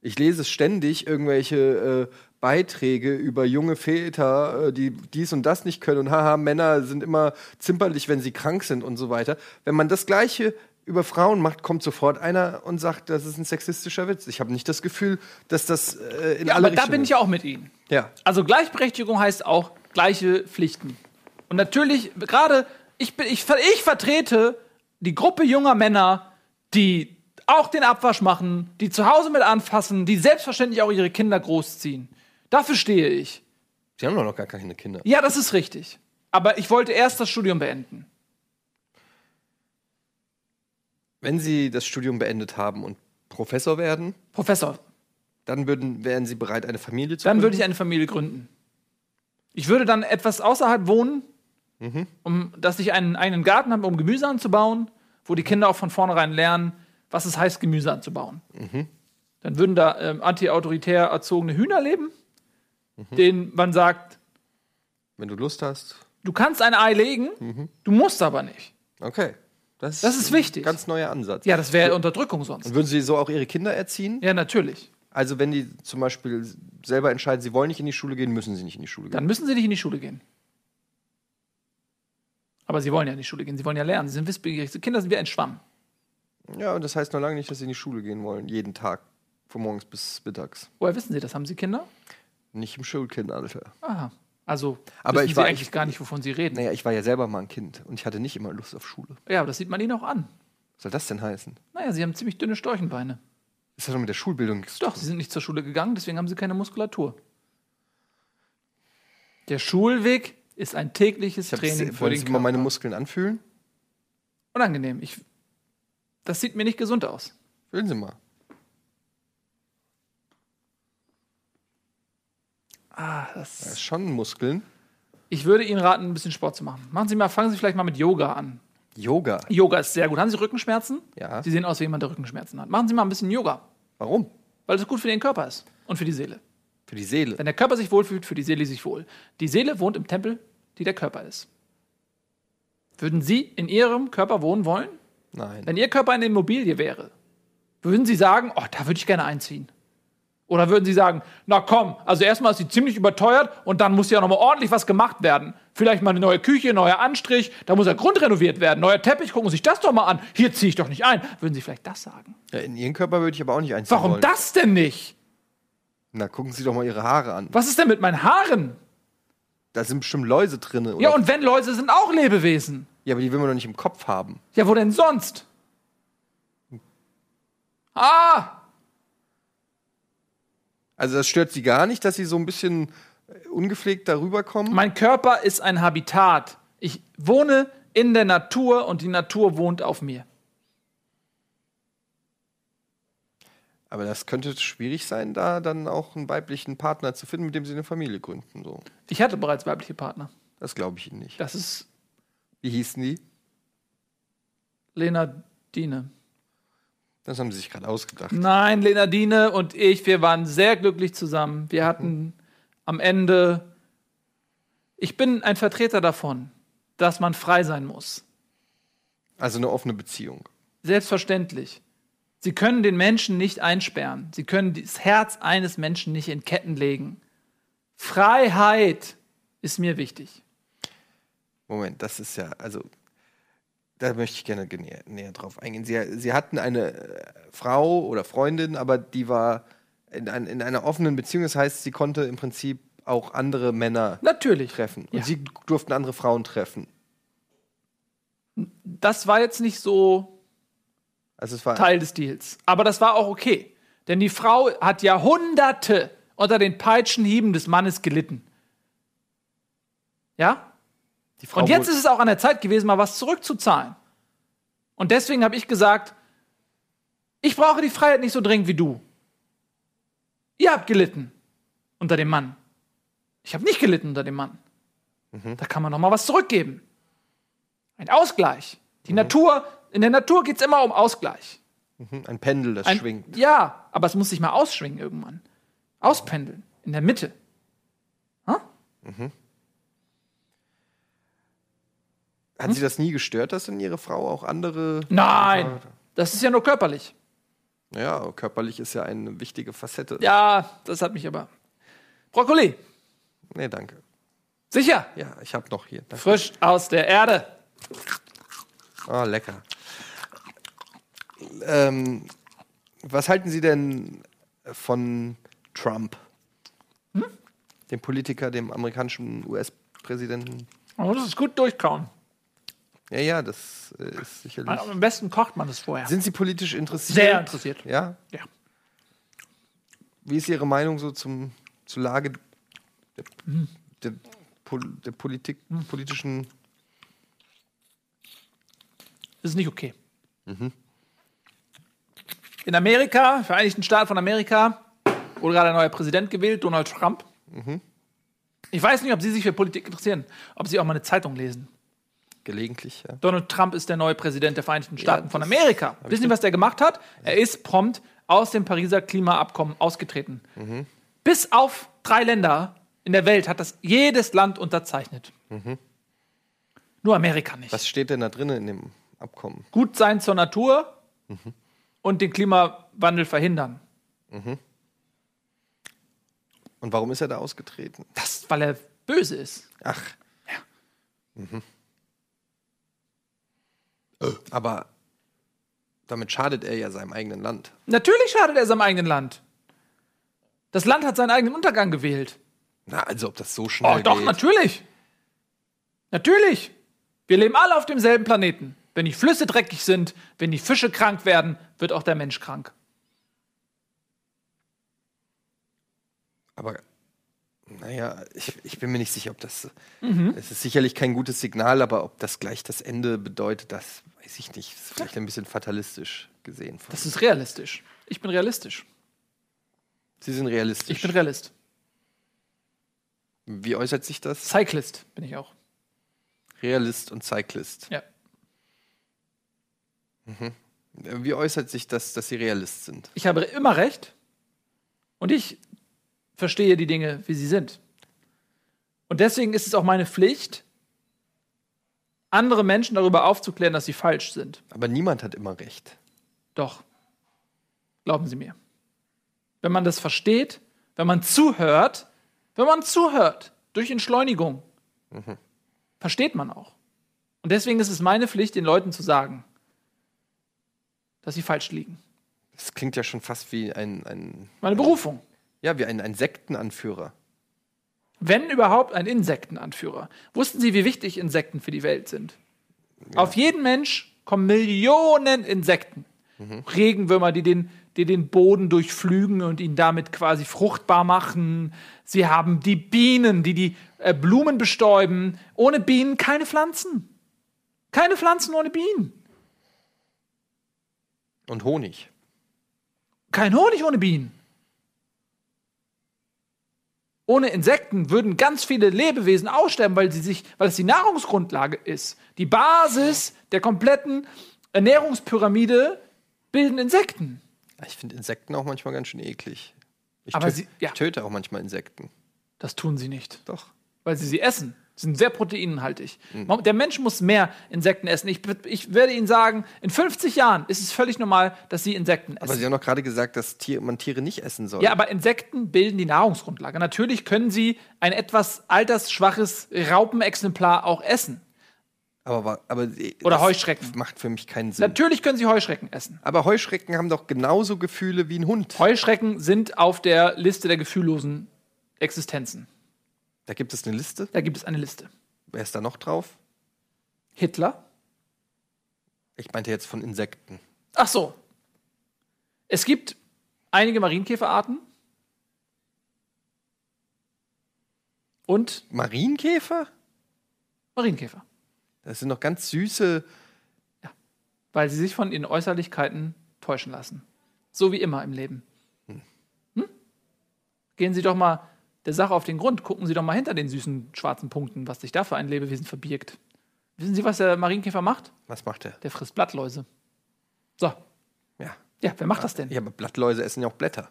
S1: Ich lese ständig irgendwelche äh, Beiträge über junge Väter, äh, die dies und das nicht können und haha, Männer sind immer zimperlich, wenn sie krank sind und so weiter. Wenn man das Gleiche über Frauen macht, kommt sofort einer und sagt, das ist ein sexistischer Witz. Ich habe nicht das Gefühl, dass das äh, in
S2: Ja,
S1: alle
S2: aber da
S1: Richtungen
S2: bin ich ja auch mit Ihnen.
S1: ja.
S2: Also Gleichberechtigung heißt auch gleiche Pflichten. Und natürlich, gerade ich, bin, ich, ver- ich vertrete die Gruppe junger Männer, die auch den Abwasch machen, die zu Hause mit anfassen, die selbstverständlich auch ihre Kinder großziehen. Dafür stehe ich.
S1: Sie haben doch noch gar keine Kinder.
S2: Ja, das ist richtig. Aber ich wollte erst das Studium beenden.
S1: Wenn Sie das Studium beendet haben und Professor werden,
S2: Professor,
S1: dann würden, wären sie bereit, eine Familie zu
S2: Dann
S1: gründen.
S2: würde ich eine Familie gründen. Ich würde dann etwas außerhalb wohnen, um, dass ich einen eigenen Garten habe, um Gemüse anzubauen, wo die Kinder auch von vornherein lernen, was es heißt, Gemüse anzubauen. Dann würden da ähm, antiautoritär erzogene Hühner leben, denen man sagt,
S1: Wenn du Lust hast.
S2: du kannst ein Ei legen, du musst aber nicht.
S1: Okay. Das,
S2: Das ist wichtig.
S1: Ganz neuer Ansatz.
S2: Ja, das wäre Unterdrückung sonst.
S1: Und würden sie so auch ihre Kinder erziehen?
S2: Ja, natürlich.
S1: Also wenn die zum Beispiel selber entscheiden, sie wollen nicht in die Schule gehen, müssen sie nicht in die Schule gehen.
S2: Dann müssen sie nicht in die Schule gehen. Aber sie wollen ja in die Schule gehen, sie wollen ja lernen, sie sind wissbegierig. Kinder sind wie ein Schwamm.
S1: Ja, und das heißt noch lange nicht, dass sie in die Schule gehen wollen. Jeden Tag. Von morgens bis mittags.
S2: Woher wissen Sie das? Haben Sie Kinder?
S1: Nicht im Schulkindalter.
S2: Aha. Also
S1: Aber
S2: wissen
S1: ich
S2: Sie
S1: war-
S2: eigentlich
S1: ich-
S2: gar nicht, wovon Sie reden.
S1: Naja, ich war ja selber mal ein Kind und ich hatte nicht immer Lust auf Schule.
S2: Ja, aber das sieht man Ihnen auch an.
S1: Was soll das denn heißen?
S2: Naja, Sie haben ziemlich dünne Storchenbeine.
S1: Das hat doch mit der Schulbildung nichts zu
S2: Doch, Sie sind nicht zur Schule gegangen, deswegen haben Sie keine Muskulatur. Der Schulweg ist ein tägliches
S1: tun.
S2: Training
S1: Ich
S2: für
S1: habe
S2: den
S1: sie mal
S2: Körper.
S1: meine Muskeln anfühlen.
S2: Unangenehm. Ich, das sieht mir nicht gesund aus.
S1: Fühlen Sie mal.
S2: Ah,
S1: Das
S2: das
S1: ist schon Muskeln.
S2: ich würde Ihnen raten, ein bisschen Sport zu machen. Machen Sie mal, fangen Sie vielleicht mal mit Yoga an.
S1: Yoga.
S2: Yoga ist sehr gut. Haben Sie Rückenschmerzen?
S1: Ja.
S2: Sie sehen aus wie jemand, der Rückenschmerzen hat. Machen Sie mal ein bisschen Yoga,
S1: Warum?
S2: weil es gut für den Körper ist und für die Seele.
S1: Für die Seele.
S2: Wenn der Körper sich wohlfühlt, fühlt die Seele sich wohl. Die Seele wohnt im Tempel, die der Körper ist. Würden Sie in Ihrem Körper wohnen wollen?
S1: Nein.
S2: Wenn Ihr Körper eine Immobilie wäre, würden Sie sagen, oh, da würde ich gerne einziehen? Oder würden Sie sagen, na komm, also erstmal ist sie ziemlich überteuert und dann muss ja nochmal ordentlich was gemacht werden. Vielleicht mal eine neue Küche, neuer Anstrich, da muss der Grund renoviert werden, neuer Teppich, gucken Sie sich das doch mal an. Hier ziehe ich doch nicht ein. Würden Sie vielleicht das sagen?
S1: Ja, in Ihren Körper würde ich aber auch nicht einziehen
S2: Warum
S1: wollen.
S2: das denn nicht?
S1: Na, gucken Sie doch mal Ihre Haare an.
S2: Was ist denn mit meinen Haaren?
S1: Da sind bestimmt Läuse drin. Oder?
S2: Ja, und wenn Läuse sind auch Lebewesen.
S1: ja, aber die will man doch nicht im Kopf haben.
S2: Ja, wo denn sonst? Ah!
S1: Also das stört Sie gar nicht, dass Sie so ein bisschen äh, ungepflegt darüber kommen?
S2: Mein Körper ist ein Habitat. Ich wohne in der Natur und die Natur wohnt auf mir.
S1: aber das könnte schwierig sein, da dann auch einen weiblichen Partner zu finden, mit dem Sie eine Familie gründen. So.
S2: Ich hatte bereits weibliche Partner.
S1: Das glaube ich Ihnen nicht.
S2: Das ist
S1: Wie hießen die?
S2: Lena Diene.
S1: Das haben sie sich gerade ausgedacht.
S2: Nein, Lena Diene und ich, wir waren sehr glücklich zusammen.
S1: Mhm.
S2: Wir hatten am Ende. Ich bin ein Vertreter davon, dass man frei sein muss.
S1: Also eine offene Beziehung.
S2: Selbstverständlich. Sie können den Menschen nicht einsperren. Sie können das Herz eines Menschen nicht in Ketten legen. Freiheit ist mir wichtig.
S1: Moment, das ist ja, also da möchte ich gerne näher, näher drauf eingehen. Sie, sie hatten eine äh, Frau oder Freundin, aber die war in, ein, in einer offenen Beziehung. Das heißt, sie konnte im Prinzip auch andere Männer
S2: Natürlich.
S1: treffen. Und
S2: Ja.
S1: sie durften andere Frauen treffen.
S2: Das war jetzt nicht so
S1: Also es war
S2: Teil des Deals. Aber das war auch okay. Denn die Frau hat Jahrhunderte unter den Peitschenhieben des Mannes gelitten. Ja?
S1: die Frau.
S2: Und jetzt
S1: wurde-
S2: ist es auch an der Zeit gewesen, mal was zurückzuzahlen. Und deswegen habe ich gesagt, ich brauche die Freiheit nicht so dringend wie du. Ihr habt gelitten unter dem Mann. Ich habe nicht gelitten unter dem Mann. Da kann man noch mal was zurückgeben. Ein Ausgleich. Die Natur, in der Natur geht es immer um Ausgleich.
S1: Mhm, ein Pendel, das
S2: Ein-
S1: schwingt.
S2: Ja, aber es muss sich mal ausschwingen irgendwann. Auspendeln, in der Mitte.
S1: Hat
S2: Hm?
S1: sie das nie gestört, dass denn ihre Frau auch andere.
S2: Nein, das ist ja nur körperlich.
S1: Ja, körperlich ist ja eine wichtige Facette.
S2: Ja, das hat mich aber. Brokkoli,
S1: Nee, danke.
S2: sicher.
S1: Ja, ich habe noch hier. Danke.
S2: Frisch aus der Erde.
S1: Ah, lecker. Ähm, was halten Sie denn von Trump?
S2: Hm?
S1: Dem Politiker, dem amerikanischen US-Präsidenten?
S2: Man muss es gut durchkauen.
S1: Ja, ja, das äh, ist sicherlich.
S2: Am besten kocht man es vorher.
S1: Sind Sie politisch interessiert?
S2: Ah, oh. Sehr interessiert.
S1: Ja?
S2: Ja.
S1: Wie ist Ihre Meinung so zum, zur Lage der,
S2: Hm.
S1: der, Pol- der Politik, politischen.
S2: Das ist nicht okay. In Amerika, Vereinigten Staaten von Amerika, wurde gerade ein neuer Präsident gewählt, Donald Trump. Ich weiß nicht, ob Sie sich für Politik interessieren, ob Sie auch mal eine Zeitung lesen.
S1: Gelegentlich, ja.
S2: Donald Trump ist der neue Präsident der Vereinigten Staaten von Amerika. Wissen Sie, was der gemacht hat? Er ist prompt aus dem Pariser Klimaabkommen ausgetreten. Bis auf drei Länder in der Welt hat das jedes Land unterzeichnet. Nur Amerika nicht.
S1: Was steht denn da drin in dem Abkommen?
S2: Gut sein zur Natur und den Klimawandel verhindern.
S1: Und warum ist er da ausgetreten?
S2: Das, weil er böse ist.
S1: Ach. Mhm. Ja. Mhm. Aber damit schadet er ja seinem eigenen Land.
S2: Natürlich schadet er seinem eigenen Land. Das Land hat seinen eigenen Untergang gewählt.
S1: Na, also ob das so schnell
S2: Oh, doch,
S1: geht.
S2: natürlich. Natürlich. Wir leben alle auf demselben Planeten. Wenn die Flüsse dreckig sind, wenn die Fische krank werden, wird auch der Mensch krank.
S1: Aber naja, ich, ich bin mir nicht sicher, ob das.
S2: Mhm.
S1: Es ist sicherlich kein gutes Signal, aber ob das gleich das Ende bedeutet, das weiß ich nicht. Ist vielleicht ein bisschen fatalistisch gesehen. von-
S2: Das ist realistisch. Ich bin realistisch.
S1: Sie sind realistisch.
S2: Ich bin Realist.
S1: Wie äußert sich das?
S2: Cyclist bin ich auch.
S1: Realist und Cyclist.
S2: Ja.
S1: Wie äußert sich das, dass Sie Realist sind?
S2: Ich habe immer recht. Und ich verstehe die Dinge, wie sie sind. Und deswegen ist es auch meine Pflicht, andere Menschen darüber aufzuklären, dass sie falsch sind.
S1: Aber niemand hat immer recht.
S2: Doch. Glauben Sie mir. Wenn man das versteht, wenn man zuhört, wenn man zuhört, durch Entschleunigung, versteht man auch. Und deswegen ist es meine Pflicht, den Leuten zu sagen, dass sie falsch liegen.
S1: Das klingt ja schon fast wie ein, ein
S2: Meine Berufung.
S1: Ja, wie ein, ein Sektenanführer.
S2: Wenn überhaupt ein Insektenanführer. Wussten Sie, wie wichtig Insekten für die Welt sind? Auf jeden Mensch kommen Millionen Insekten. Regenwürmer, die den, die den Boden durchflügen und ihn damit quasi fruchtbar machen. Sie haben die Bienen, die die äh, Blumen bestäuben. Ohne Bienen keine Pflanzen. Keine Pflanzen ohne Bienen.
S1: Und Honig.
S2: Kein Honig ohne Bienen. Ohne Insekten würden ganz viele Lebewesen aussterben, weil sie sich, weil es die Nahrungsgrundlage ist. Die Basis der kompletten Ernährungspyramide bilden Insekten.
S1: Ich finde Insekten auch manchmal ganz schön eklig. Ich,
S2: Aber
S1: tö-
S2: sie- ja.
S1: ich töte auch manchmal Insekten.
S2: Das tun sie nicht.
S1: Doch.
S2: weil sie sie essen. Sie sind sehr proteinhaltig. Der Mensch muss mehr Insekten essen. Ich, ich werde Ihnen sagen, in 50 Jahren ist es völlig normal, dass Sie Insekten essen.
S1: Aber Sie haben doch gerade gesagt, dass Tier, man Tiere nicht essen soll.
S2: ja, aber Insekten bilden die Nahrungsgrundlage. Natürlich können Sie ein etwas altersschwaches Raupenexemplar auch essen.
S1: aber, wa- aber
S2: Oder
S1: das
S2: Heuschrecken.
S1: Macht für mich keinen Sinn.
S2: Natürlich können Sie Heuschrecken essen.
S1: Aber Heuschrecken haben doch genauso Gefühle wie ein Hund.
S2: Heuschrecken sind auf der Liste der gefühllosen Existenzen.
S1: Da gibt es eine Liste.
S2: Da gibt es eine Liste.
S1: Wer ist da noch drauf?
S2: Hitler.
S1: Ich meinte jetzt von Insekten.
S2: Ach so. Es gibt einige Marienkäferarten. Und
S1: Marienkäfer?
S2: Marienkäfer,
S1: Das sind doch ganz süße.
S2: weil sie sich von ihren Äußerlichkeiten täuschen lassen. So wie immer im Leben. Hm? Gehen Sie doch mal der Sache auf den Grund. Gucken Sie doch mal hinter den süßen schwarzen Punkten, was sich da für ein Lebewesen verbirgt. Wissen Sie, was der Marienkäfer macht?
S1: Was macht der?
S2: Der frisst Blattläuse. So,
S1: Ja.
S2: ja, wer macht das denn?
S1: Ja, aber Blattläuse essen ja auch Blätter.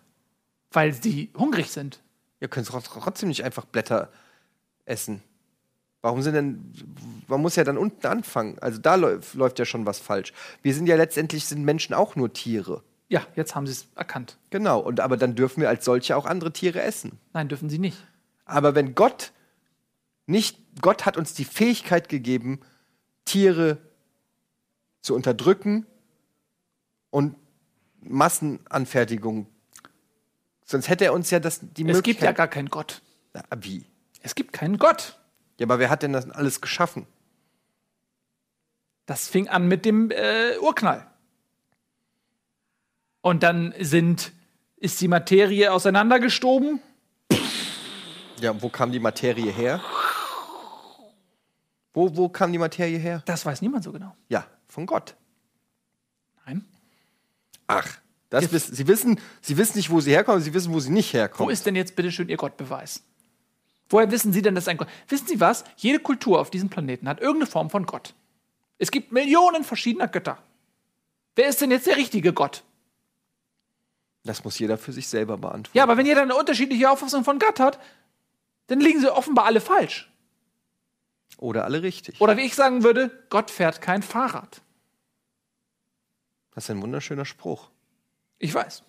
S2: Weil sie hungrig sind.
S1: Ihr könnt tro- trotzdem nicht einfach Blätter essen. Warum sind denn. Man muss ja dann unten anfangen. Also da läuf, läuft ja schon was falsch. Wir sind ja letztendlich sind Menschen auch nur Tiere.
S2: Ja, jetzt haben Sie es erkannt.
S1: Genau. Und aber dann dürfen wir als solche auch andere Tiere essen.
S2: Nein, dürfen Sie nicht.
S1: Aber wenn Gott nicht. Gott hat uns die Fähigkeit gegeben, Tiere zu unterdrücken und Massenanfertigung. Sonst hätte er uns ja das, die
S2: Es gibt ja
S1: Möglichkeit.
S2: gar keinen Gott.
S1: ja gar Wie?
S2: Es gibt keinen Gott.
S1: Ja, aber wer hat denn das alles geschaffen?
S2: Das fing an mit dem äh, Urknall. Und dann sind, ist die Materie auseinandergestoben.
S1: Ja, wo kam die Materie her? Wo, wo kam die Materie her?
S2: Das weiß niemand so genau.
S1: Ja, von Gott.
S2: Nein.
S1: Ach, das wissen, sie, wissen, sie wissen nicht, wo sie herkommen, sie wissen, wo sie nicht
S2: Wo
S1: herkommen.
S2: ist denn jetzt bitte schön Ihr Gottbeweis? Woher wissen Sie denn, dass ein Gott. Wissen Sie was? Jede Kultur auf diesem Planeten hat irgendeine Form von Gott. Es gibt Millionen verschiedener Götter. Wer ist denn jetzt der richtige Gott?
S1: Das muss jeder für sich selber beantworten.
S2: Ja, aber wenn jeder eine unterschiedliche Auffassung von Gott hat, dann liegen sie offenbar alle falsch.
S1: Oder alle richtig.
S2: Oder wie ich sagen würde, Gott fährt kein Fahrrad.
S1: Das ist ein wunderschöner Spruch.
S2: Ich weiß.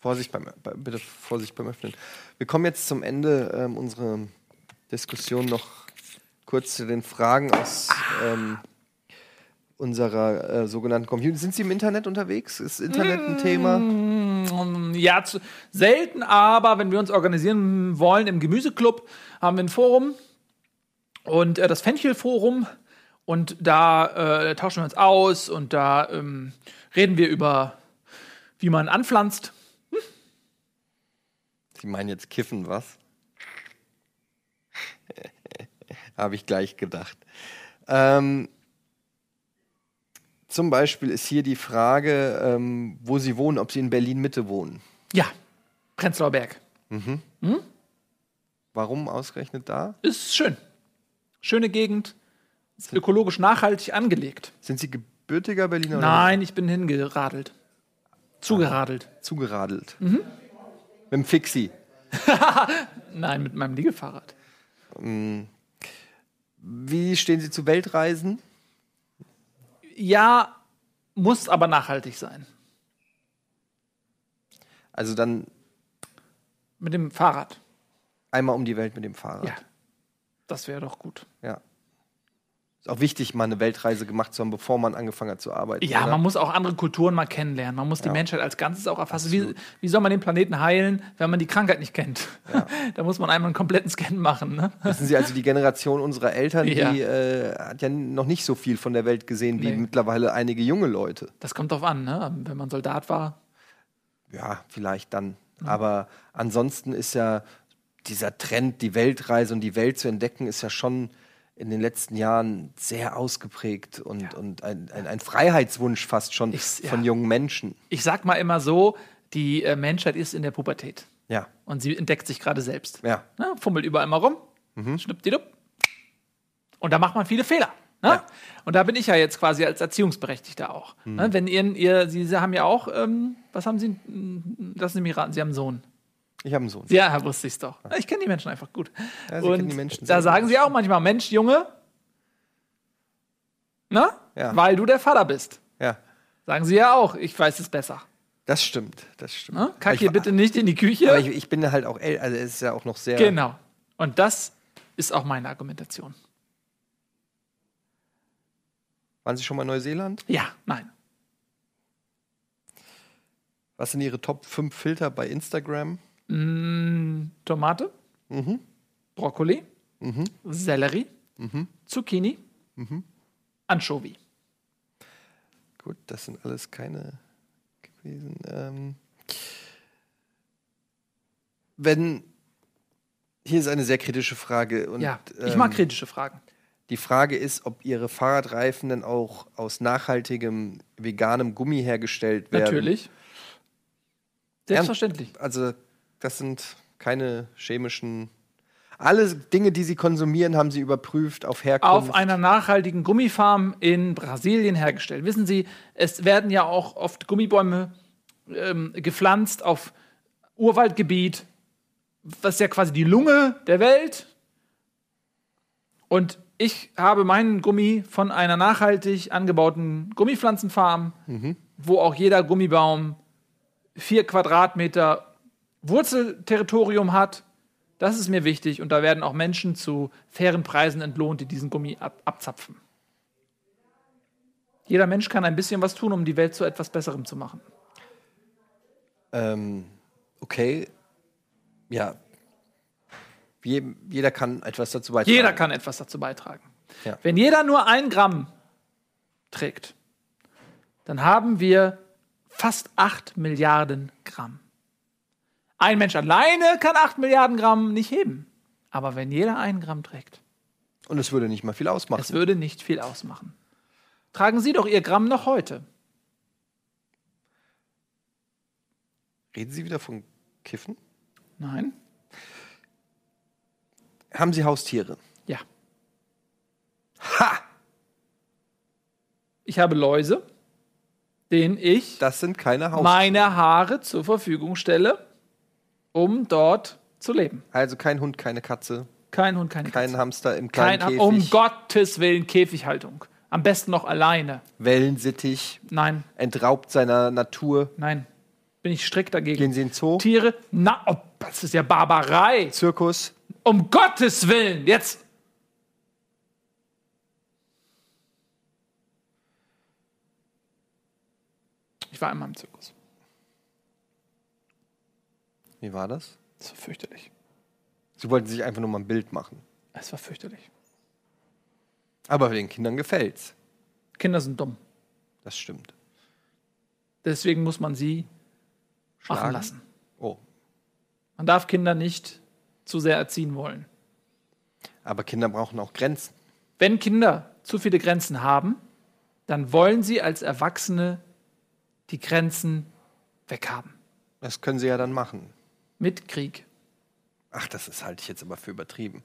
S1: Vorsicht beim, bei, bitte Vorsicht beim Öffnen. Wir kommen jetzt zum Ende ähm, unserer Diskussion noch kurz zu den Fragen aus ähm, unserer äh, sogenannten Community. Sind Sie im Internet unterwegs? Ist Internet ein Thema?
S2: Mm, Ja, zu, selten, aber wenn wir uns organisieren wollen im Gemüseclub, haben wir ein Forum und äh, das Fenchel-Forum. Und da äh, tauschen wir uns aus und da ähm, reden wir über, wie man anpflanzt.
S1: Sie meinen jetzt Kiffen, was? Habe ich gleich gedacht. Ähm, zum Beispiel ist hier die Frage, ähm, wo Sie wohnen, ob Sie in Berlin-Mitte wohnen.
S2: Ja, Prenzlauer Berg.
S1: Warum ausgerechnet da?
S2: Ist schön. Schöne Gegend. Ist ökologisch nachhaltig angelegt.
S1: Sind Sie gebürtiger Berliner
S2: Nein, ich bin hingeradelt. Zugeradelt.
S1: oder zugeradelt?
S2: Mhm.
S1: Mit dem Fixie.
S2: Nein, mit meinem Liegefahrrad.
S1: Wie stehen Sie zu Weltreisen?
S2: Ja, muss aber nachhaltig sein.
S1: Also dann
S2: Mit dem Fahrrad.
S1: einmal um die Welt mit dem Fahrrad.
S2: Ja. Das wäre doch gut.
S1: Ja. Ist auch wichtig, mal eine Weltreise gemacht zu haben, bevor man angefangen hat zu arbeiten.
S2: Ja,
S1: oder?
S2: man muss auch andere Kulturen mal kennenlernen. Man muss die Menschheit als Ganzes auch erfassen. Wie, wie soll man den Planeten heilen, wenn man die Krankheit nicht kennt? da muss man einmal einen kompletten Scan machen. Ne?
S1: Wissen Sie, also die Generation unserer Eltern,
S2: Ja.
S1: die äh, hat ja noch nicht so viel von der Welt gesehen wie
S2: Nee.
S1: mittlerweile einige junge Leute.
S2: Das kommt drauf an, ne? wenn man Soldat war.
S1: Ja, vielleicht dann.
S2: Mhm.
S1: Aber ansonsten ist ja dieser Trend, die Weltreise und die Welt zu entdecken, ist ja schon in den letzten Jahren sehr ausgeprägt und, und ein, ein, ein Freiheitswunsch fast schon
S2: Ich- ja.
S1: von jungen Menschen.
S2: Ich sag mal immer so, die äh, Menschheit ist in der Pubertät.
S1: Ja,
S2: Und sie entdeckt sich gerade selbst.
S1: ja. Mhm.
S2: Ne? Fummelt überall mal rum, schnippdidupp. Und da macht man viele Fehler. Ne? Und da bin ich ja jetzt quasi als Erziehungsberechtigter auch.
S1: Mhm.
S2: Ne? Wenn ihr, ihr, Sie haben ja auch, ähm, was haben Sie? Mm, Lassen Sie mich raten, Sie haben einen Sohn.
S1: Ich habe einen Sohn.
S2: Ja, wusste ich's doch. Ich kenne die Menschen einfach gut.
S1: Ja, Sie kennen
S2: Und
S1: die Menschen
S2: da
S1: sehr
S2: sagen sie auch manchmal, Mensch, Junge, na,
S1: Ja.
S2: weil du der Vater bist.
S1: Ja,
S2: Sagen sie ja auch, ich weiß es besser.
S1: das stimmt, das stimmt.
S2: Ne?
S1: Aber
S2: Kack
S1: ich
S2: hier
S1: war-
S2: bitte nicht in die Küche.
S1: Aber ich, ich bin halt auch, el- also es ist ja auch noch sehr.
S2: Genau. Und das ist auch meine Argumentation.
S1: Waren Sie schon mal in Neuseeland?
S2: Ja, nein.
S1: Was sind Ihre Top 5 Filter bei Instagram?
S2: Mm, Tomate,
S1: Mhm.
S2: Brokkoli, Sellerie,
S1: Mhm.
S2: Zucchini, Anchovy.
S1: Gut, das sind alles keine gewesen. Ähm, wenn. Hier ist eine sehr kritische Frage. Und,
S2: Ja, ich
S1: ähm,
S2: mag kritische Fragen.
S1: Die Frage ist, ob Ihre Fahrradreifen denn auch aus nachhaltigem, veganem Gummi hergestellt werden.
S2: Natürlich. Selbstverständlich.
S1: Also, das sind keine chemischen. Alle Dinge, die Sie konsumieren, haben Sie überprüft auf Herkunft.
S2: auf einer nachhaltigen Gummifarm in Brasilien hergestellt. Wissen Sie, es werden ja auch oft Gummibäume ähm, gepflanzt auf Urwaldgebiet, was ja quasi die Lunge der Welt. Und ich habe meinen Gummi von einer nachhaltig angebauten Gummipflanzenfarm, wo auch jeder Gummibaum vier Quadratmeter Wurzelterritorium hat. Das ist mir wichtig und da werden auch Menschen zu fairen Preisen entlohnt, die diesen Gummi ab abzapfen. Jeder Mensch kann ein bisschen was tun, um die Welt zu etwas Besserem zu machen.
S1: Ähm, okay. Ja. Je, jeder kann etwas dazu beitragen.
S2: Jeder kann etwas dazu beitragen.
S1: Ja.
S2: Wenn jeder nur ein Gramm trägt, dann haben wir fast 8 Milliarden Gramm. Ein Mensch alleine kann 8 Milliarden Gramm nicht heben. Aber wenn jeder ein Gramm trägt,
S1: Und es würde nicht mal viel ausmachen.
S2: Es würde nicht viel ausmachen. Tragen Sie doch Ihr Gramm noch heute.
S1: Reden Sie wieder von Kiffen?
S2: Nein?
S1: Haben Sie Haustiere?
S2: Ja. Ha! Ich habe Läuse, denen ich
S1: Das sind keine Haustiere.
S2: meine Haare zur Verfügung stelle, um dort zu leben.
S1: also kein Hund, keine Katze,
S2: Kein Hund, keine
S1: kein
S2: Katze.
S1: Hamster im kleinen
S2: Kein,
S1: Käfig,
S2: um Gottes Willen Käfighaltung. Am besten noch alleine.
S1: Wellensittich,
S2: Nein,
S1: entraubt seiner Natur.
S2: nein. Bin ich strikt dagegen.
S1: Gehen Sie in den Zoo,
S2: Tiere? Na, oh, das ist ja Barbarei.
S1: Zirkus.
S2: Um Gottes Willen, jetzt. Ich war einmal im Zirkus.
S1: Wie war das?
S2: Es war fürchterlich.
S1: Sie wollten sich einfach nur mal ein Bild machen.
S2: Es war fürchterlich.
S1: Aber den Kindern gefällt's.
S2: Kinder sind dumm.
S1: Das stimmt.
S2: Deswegen muss man sie machen lassen.
S1: Oh.
S2: Man darf Kinder nicht zu sehr erziehen wollen.
S1: Aber Kinder brauchen auch Grenzen.
S2: Wenn Kinder zu viele Grenzen haben, dann wollen sie als Erwachsene die Grenzen weghaben.
S1: Das können sie ja dann machen.
S2: Mit Krieg.
S1: Ach, das ist, halte ich jetzt aber für übertrieben.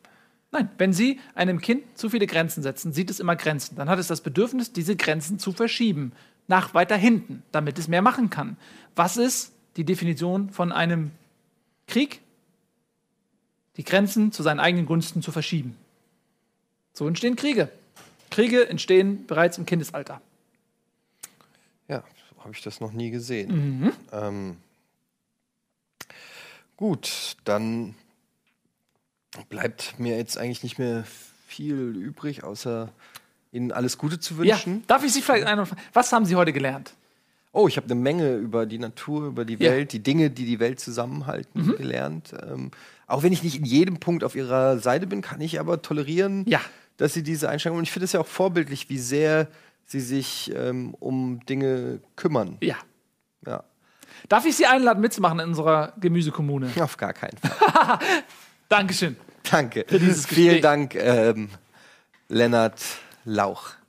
S2: Nein, wenn Sie einem Kind zu viele Grenzen setzen, sieht es immer Grenzen. Dann hat es das Bedürfnis, diese Grenzen zu verschieben, nach weiter hinten, damit es mehr machen kann. Was ist die Definition von einem Krieg? Die Grenzen zu seinen eigenen Gunsten zu verschieben. So entstehen Kriege. Kriege entstehen bereits im Kindesalter.
S1: Ja, so habe ich das noch nie gesehen.
S2: Mhm.
S1: Ähm, gut, dann bleibt mir jetzt eigentlich nicht mehr viel übrig, außer Ihnen alles Gute zu
S2: Ja,
S1: wünschen.
S2: darf ich Sie vielleicht ein Was haben Sie heute gelernt?
S1: Oh, ich habe eine Menge über die Natur, über die
S2: Ja. Mhm.
S1: Welt, die Dinge, die die Welt zusammenhalten, gelernt. Ähm, auch wenn ich nicht in jedem Punkt auf Ihrer Seite bin, kann ich aber tolerieren,
S2: Ja.
S1: dass Sie diese Einschränkungen. Und ich finde es ja auch vorbildlich, wie sehr Sie sich ähm, um Dinge kümmern.
S2: Ja.
S1: Ja.
S2: Darf ich Sie einladen, mitzumachen in unserer Gemüsekommune?
S1: Auf gar keinen Fall.
S2: Dankeschön.
S1: Danke.
S2: dieses Gespräch.
S1: Vielen Dank, ähm, Lennart Lauch.